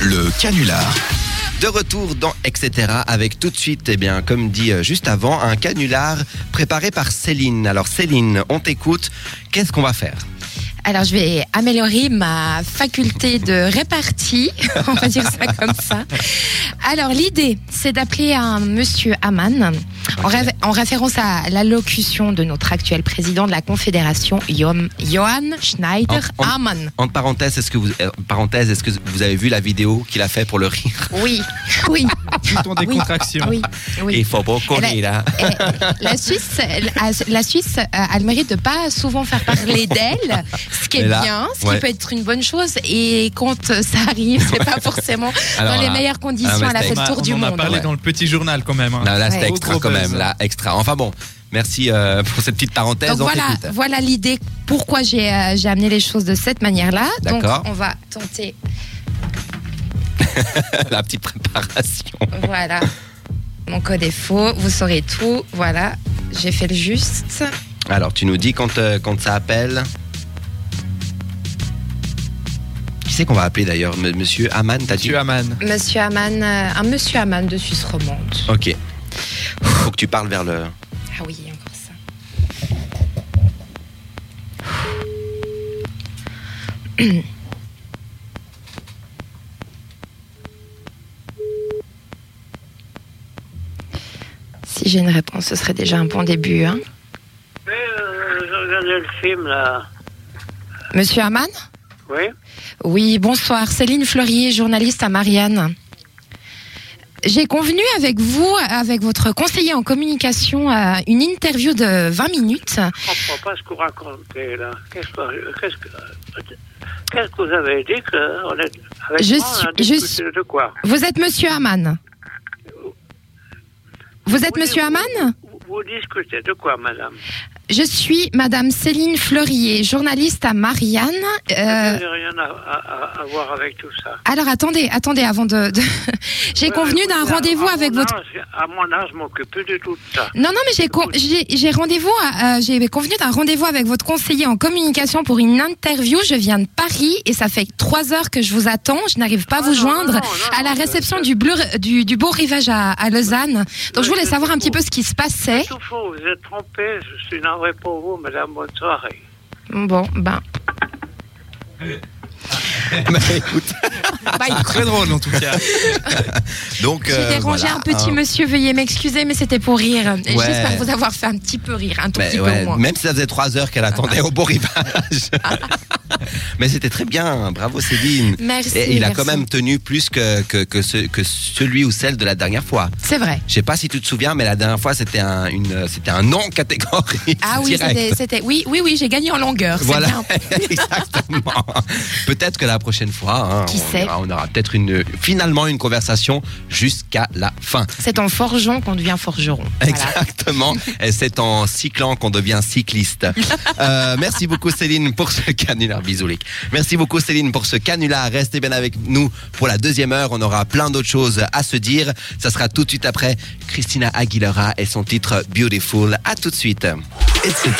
le canular. De retour dans Etc. avec tout de suite, eh bien, comme dit euh, juste avant, un canular préparé par Céline. Alors Céline, on t'écoute. Qu'est-ce qu'on va faire Alors, je vais améliorer ma faculté de répartie, on va dire ça comme ça. Alors, l'idée, c'est d'appeler un monsieur Aman, en, rêve- en référence à l'allocution de notre actuel président de la Confédération, Johan Johann Schneider En- en- Amann. Entre parenthèses, est-ce que vous euh, parenthèse, est-ce que vous avez vu la vidéo qu'il a fait pour le rire Oui, Ah oui, Tout en décontraction. oui, oui. Il faut beaucoup Elle rire. a- hein. Eh, la Suisse, la, la Suisse euh, a le mérite de pas souvent faire parler d'elle, ce qui est Mais là, bien, ce qui ouais. peut être une bonne chose. Et quand euh, ça arrive, c'est pas forcément Alors dans les là, meilleures ah, conditions. mais Elle c'était- a fait On le a- tour du on en a monde. parlé ouais. dans le petit journal quand même. hein. Là, là, c'était Ouais. extra Gros quand buzz. même. Là, extra. Enfin bon, merci euh, pour cette petite parenthèse. Donc on voilà, t'écoute. voilà l'idée pourquoi j'ai euh, j'ai amené les choses de cette manière-là. Donc D'accord. on va tenter. la petite préparation. Voilà. Mon code est faux, vous saurez tout. Voilà, j'ai fait le juste. Alors, tu nous dis quand, euh, quand ça appelle. Qui c'est qu'on va appeler d'ailleurs M- Monsieur Aman, t'as dit Tu Aman. Monsieur Aman, euh, un monsieur Aman de Suisse romande. Ok. Faut que tu parles vers le. Ah oui, encore ça. Si j'ai une réponse, ce serait déjà un bon début. Hein Oui, euh, je regardais le film là. Monsieur Aman Oui. Oui, bonsoir. Céline Fleurier, journaliste à Marianne. J'ai convenu avec vous, avec votre conseiller en communication, euh, une interview de 20 minutes. Je comprends pas ce que vous racontez là. Qu'est-ce que, qu'est-ce que, qu'est-ce que vous avez dit que on est, avec Je moi, on a suis- je discuté suis- de quoi Vous êtes monsieur Aman Vous êtes Oui, monsieur oui. Aman vous, vous discutez de quoi, madame Je suis madame Céline Fleurier, journaliste à Marianne. Ça Euh, n'a rien à, à- à- à voir avec tout ça. alors attendez, attendez, avant de. de- j'ai Oui, convenu d'un écoutez, à- rendez-vous à avec mon votre. âge, à mon âge, je m'occupe plus du tout de ça. Non, non, mais j'ai con- j'ai j'ai rendez-vous, à- euh, j'ai convenu d'un rendez-vous avec votre conseiller en communication pour une interview. Je viens de Paris et ça fait trois heures que je vous attends. Je n'arrive pas à Ah vous non, joindre non, non, à la non, réception c'est- du, bleu, du, du beau rivage à, à Lausanne. Donc je voulais c'est savoir un petit faux. peu ce qui se passait. C'est tout faux, vous êtes trompé. Je suis navré pour vous, madame. Bonne soirée. Bon, ben. Eh Bah, Ah, écoute, Très drôle en tout cas. Donc. J'ai euh, dérangé voilà, un petit hein. monsieur, veuillez m'excuser, mais c'était pour rire. Et Ouais. J'espère vous avoir fait un petit peu rire, un tout Mais petit peu ouais, au moins. même si ça faisait trois heures qu'elle attendait au beau rivage. Mais c'était très bien, bravo Céline. Merci. Et il a merci. quand même tenu plus que, que, que, ce- que celui ou celle de la dernière fois. C'est vrai. Je sais pas si tu te souviens, mais la dernière fois c'était un, une- c'était un non catégorique. Ah oui, direct. c'était, c'était- Oui, oui, oui, j'ai gagné en longueur. c'est Voilà, bien. exactement. peut-être que la prochaine fois, hein, Qui on, sait aura, on aura peut-être une, finalement une conversation jusqu'à la fin. C'est en forgeon qu'on devient forgeron. Voilà. Exactement. Et c'est en cyclant qu'on devient cycliste. Euh, merci beaucoup Céline pour ce canular. Bisous les. Merci beaucoup Céline pour ce canular. Restez bien avec nous pour la deuxième heure. On aura plein d'autres choses à se dire. Ça sera tout de suite après Christina Aguilera et son titre Beautiful. À tout de suite. Etc.